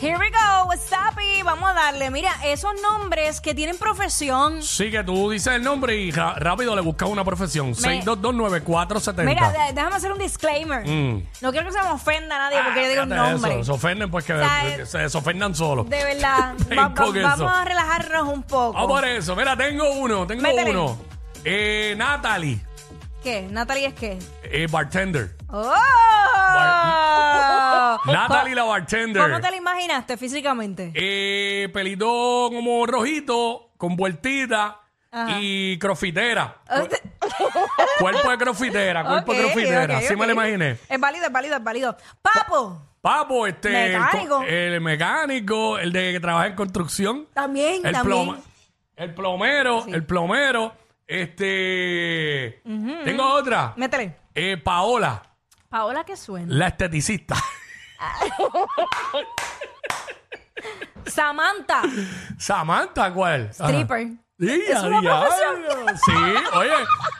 Here we go, what's up, y vamos a darle. Mira, esos nombres que tienen profesión. Sí, que tú dices el nombre y ra- rápido le buscas una profesión. 6229470. Mira, de- déjame hacer un disclaimer. No quiero que se me ofenda a nadie porque yo digo un Mm. Ah, Fíjate nombre. Eso, se ofenden pues que sea, que se se ofendan solos. De verdad. Ven Va- va- con eso. vamos a relajarnos un poco. Vamos por eso. Mira, tengo uno, tengo Métele. uno. Eh, Natalie, ¿Qué? ¿Natalie es qué? eh, bartender. ¡Oh! Natalie la ¿Cómo bartender. te la imaginaste físicamente? Eh, pelito como rojito, con vueltita Ajá. y crofitera. cuerpo de crofitera, cuerpo de Ok, crofitera. ok, Así ok. me lo imaginé. Es válido, es válido, es válido. Papo, Papo, este. Mecánico. El, co- el mecánico, el de que trabaja en construcción. también, El, también. ploma- el plomero, el plomero. Este. Tengo otra. Métele. Eh, Paola, Paola, ¿qué suena? la esteticista. Samantha, Samantha, ¿cuál? Ajá. stripper. Sí, Es una ya, profesión. ya. Sí, oye,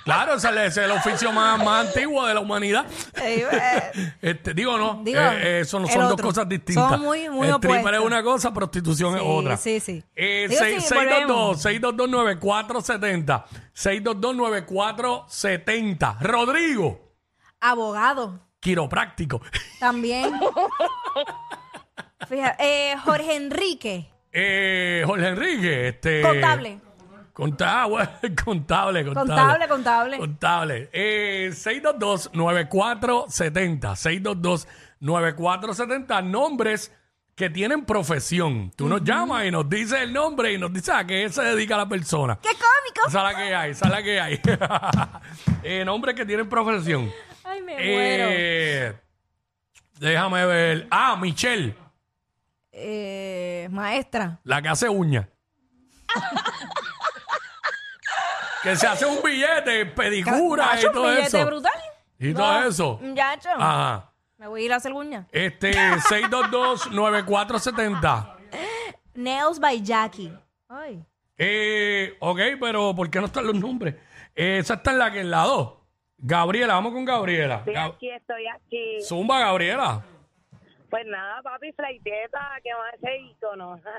claro, ese es el- ese es el oficio más, más antiguo de la humanidad. Eh, eh, Este, digo, no, Digo, eh, eh, son, el son dos otro. cosas distintas. Son muy- muy El stripper es opuestos. una cosa, prostitución es Sí, otra. sí, sí. Eh, Digo, seis- sí, 622 volvemos. 622-9470. 622-9470. Rodrigo, abogado. quiropráctico. También. Fíjate, eh, Jorge Enrique, Eh, Jorge Enrique, este. contable. Conta- ah, bueno, contable, contable. Contable, contable. Contable. Eh, 622-9470. 622-9470. Nombres que tienen profesión. Tú nos llamas y nos dices el nombre y nos dices a qué se dedica la persona. ¡Qué cómico! Esa es la que hay, esa es la que hay. Eh, nombres que tienen profesión. Ay, me muero. Eh, déjame ver. Ah, Michelle, Eh, maestra. la que hace uña. que se hace un billete, pedicura y Nacho, todo billete eso. brutal. Y No, todo eso. Ah. Yacho, Ajá. me voy a ir a hacer uña. Este, 622-9470. Nails by Jackie. Ay. Eh, ok, pero ¿por qué no están los nombres? Eh, esa está en la que en la 2. Gabriela, vamos con Gabriela. Estoy Gab- aquí, estoy aquí. Zumba, Gabriela. Pues nada, papi, flaiteta, que más ese ícono.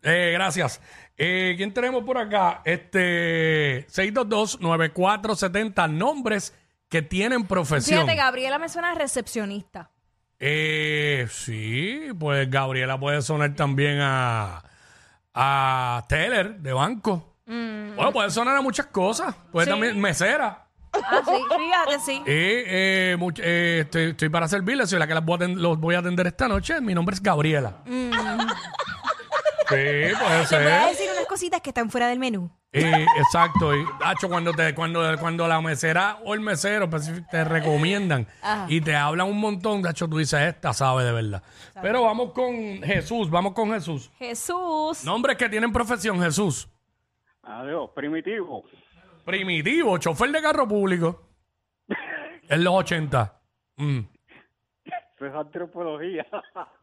Eh, gracias. Eh, ¿Quién tenemos por acá? Este 622-9470. Nombres que tienen profesión. Fíjate, Gabriela me suena a recepcionista. Eh, sí, pues Gabriela puede sonar también a, a Teller de banco. Bueno, puede sonar a muchas cosas. Puede Mm. Sí. también mesera. Ah, sí, fíjate, sí. Eh, eh, much- eh, estoy, estoy para servirles, soy la que las voy a aten- los voy a atender esta noche. Mi nombre es Gabriela. Mm. Sí, Te puede voy a ser. decir unas cositas que están fuera del menú. Eh, exacto. Y, Hacho, cuando, te, cuando, cuando la mesera o el mesero específico te recomiendan y te hablan un montón, Hacho, tú dices, esta sabe de verdad. Pero vamos con Jesús, vamos con Jesús. Jesús. Nombres que tienen profesión, Jesús. Adiós, primitivo. Primitivo, chofer de carro público. En los 80. Mm. Eso es antropología.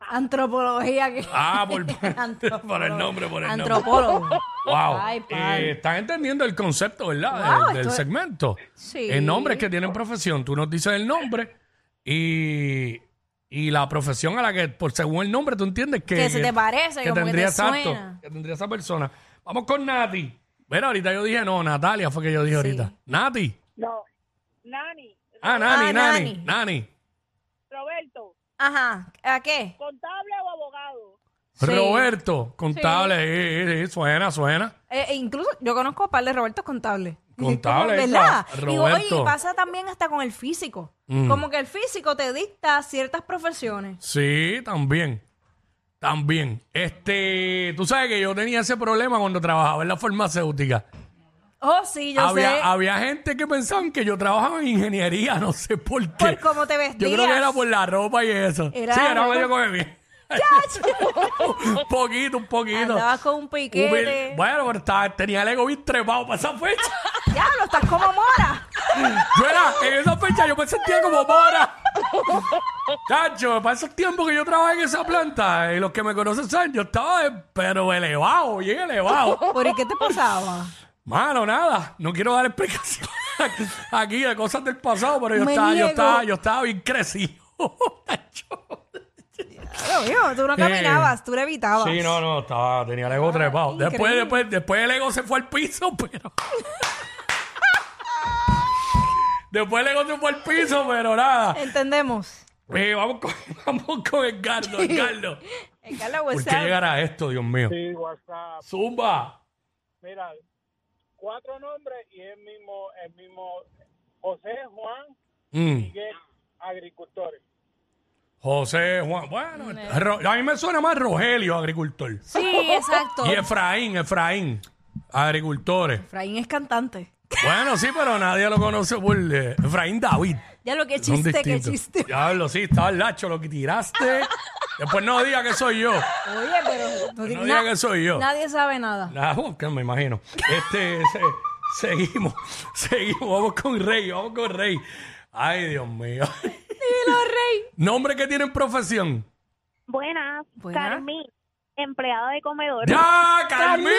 Antropología. que- Ah, por, Antropólogo. por el nombre, por el nombre. Antropólogo. Wow. Ay, padre. Eh, Estás entendiendo el concepto, ¿verdad? Wow, del, del esto es- segmento. Sí. El nombre que tienen profesión. Tú nos dices el nombre y, y la profesión a la que, por según el nombre, tú entiendes que. Que se te parece, como que te tendría exacto, suena. que tendría esa persona. Vamos con Nati. Mira, ahorita yo dije, no, Natalia fue que yo dije Sí. ahorita. Nati. No, Nani, Ah, Nani, Ah, Nani, Nani. Nani. Roberto, Ajá. ¿A qué? contable o abogado. Sí. Roberto, contable. eh, eh, eh, suena, suena. Eh, e incluso yo conozco a par de Roberto Contable. Contable, ¿Verdad? está. Digo, oye, Roberto. y pasa también hasta con el físico. Mm. Como que el físico te dicta ciertas profesiones. Sí, también. También. Este, tú sabes que yo tenía ese problema cuando trabajaba en la farmacéutica. Oh, sí, yo había, sé. había gente que pensaban que yo trabajaba en ingeniería, no sé por qué. Por cómo te Yo vestías. creo que era por la ropa y eso. Era sí, la era ropa. medio como bien. un poquito, un poquito. Andabas con un piquete. Humil- Bueno, pero estaba- tenía el ego bien trepado para esa fecha. Diablo, estás como mora. Yo era, en esa fecha yo me sentía como mora. Chacho, para esos tiempos que yo trabajé en esa planta, y los que me conocen saben, yo estaba eh, pero elevado, bien elevado. ¿Por qué te pasaba? Mano, nada, no quiero dar explicación aquí de cosas del pasado, pero yo Me estaba, yo niego. estaba, yo estaba bien crecido. Tacho. Dios mío, tú no caminabas, tú levitabas. Sí, no, no, estaba, tenía el ego trepado. Después, Ah, increíble. después, después el ego se fue al piso, pero. después el ego se fue al piso, pero nada. Entendemos. Eh, vamos con, vamos con Edgardo, Edgardo. El Carlos ¿Por qué WhatsApp. llegará esto, Dios mío? Sí, WhatsApp. Zumba. Mira, cuatro nombres y el mismo, el mismo José, Juan, Mm. Miguel, agricultores. José, Juan. Bueno, este, Ro- a mí me suena más Rogelio, agricultor. Sí, exacto. Y Efraín, Efraín, agricultores. Efraín es cantante. Bueno, sí, pero nadie lo conoce por eh, Efraín David. Ya lo que Son chiste, que distintos. chiste. Diablo, sí, estaba el lacho, lo que tiraste. Después no diga que soy yo. Oye, pero no, No digas diga que soy yo. Nadie sabe nada. Ah, que me imagino. Este, se- seguimos, seguimos. Vamos con Rey, vamos con Rey. Ay, Dios mío. Dilo, rey. Nombre que tienen profesión. Buenas, Buenas. Carmín, empleada de comedor. ¡Ya, Carmen!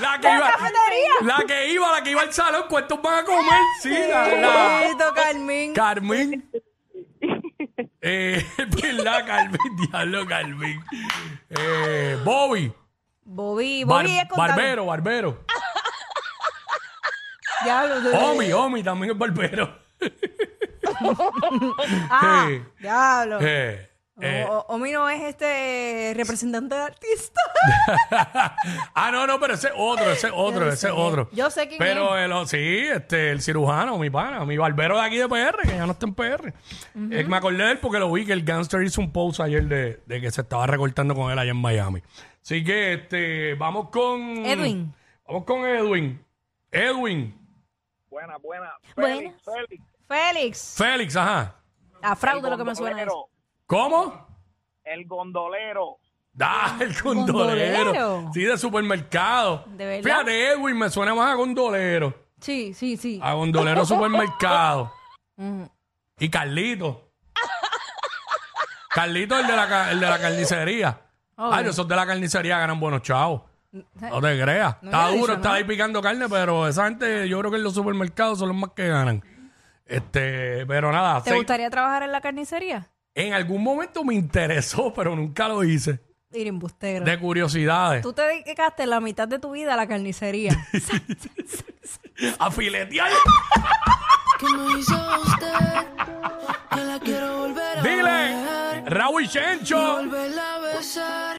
La que la iba, cafetería. la que iba, la que iba al salón. ¿Cuántos van a comer? Sí, la- la- Listo, Carmín. Carmen. Eh, ¿Verdad, Carmen? Diablo, Carmen. Eh, Bobby. Bobby, Bar- Bobby es contador. barbero, barbero. Diablo, tú- Omi, Omi también es barbero. Ah, Sí. diablo. Eh, eh. O- o- Omi no es este representante de artista. ah, no, no, pero ese es otro, ese es otro, Yo ese es sé. otro. Yo sé quién Pero el, o- sí, este, el cirujano, mi pana, mi barbero de aquí de PR, que ya no está en PR. Eh, me acordé de él porque lo vi que el gangster hizo un post ayer de, de que se estaba recortando con él allá en Miami. Así que este, vamos con. Edwin. Vamos con Edwin. Edwin. Buena, buena. Buenas. Félix. Félix, ajá. A fraude lo que me suena eso. ¿Cómo? El gondolero. Da, el Gondolero. condolero. Sí, de supermercado. ¿De verdad? Fíjate, Edwin me suena más a gondolero. Sí, sí, sí. A Gondolero Supermercado. Ujú. Y Carlito. Carlito, el de la, ca- el de la carnicería. Oh, Ay, bien. esos de la carnicería ganan buenos chavos. No te creas. No está había dicho duro, está nada. ahí picando carne, pero esa gente, yo creo que en los supermercados son los más que ganan. Este, pero nada. ¿Te sí. gustaría trabajar en la carnicería? En algún momento me interesó, pero nunca lo hice. Ir embustero. De curiosidades. Tú te dedicaste la mitad de tu vida a la carnicería. A filetear. ¿Qué me hizo usted? Que la quiero volver a Dile. ver, Raúl y Chencho. Volverla a besar.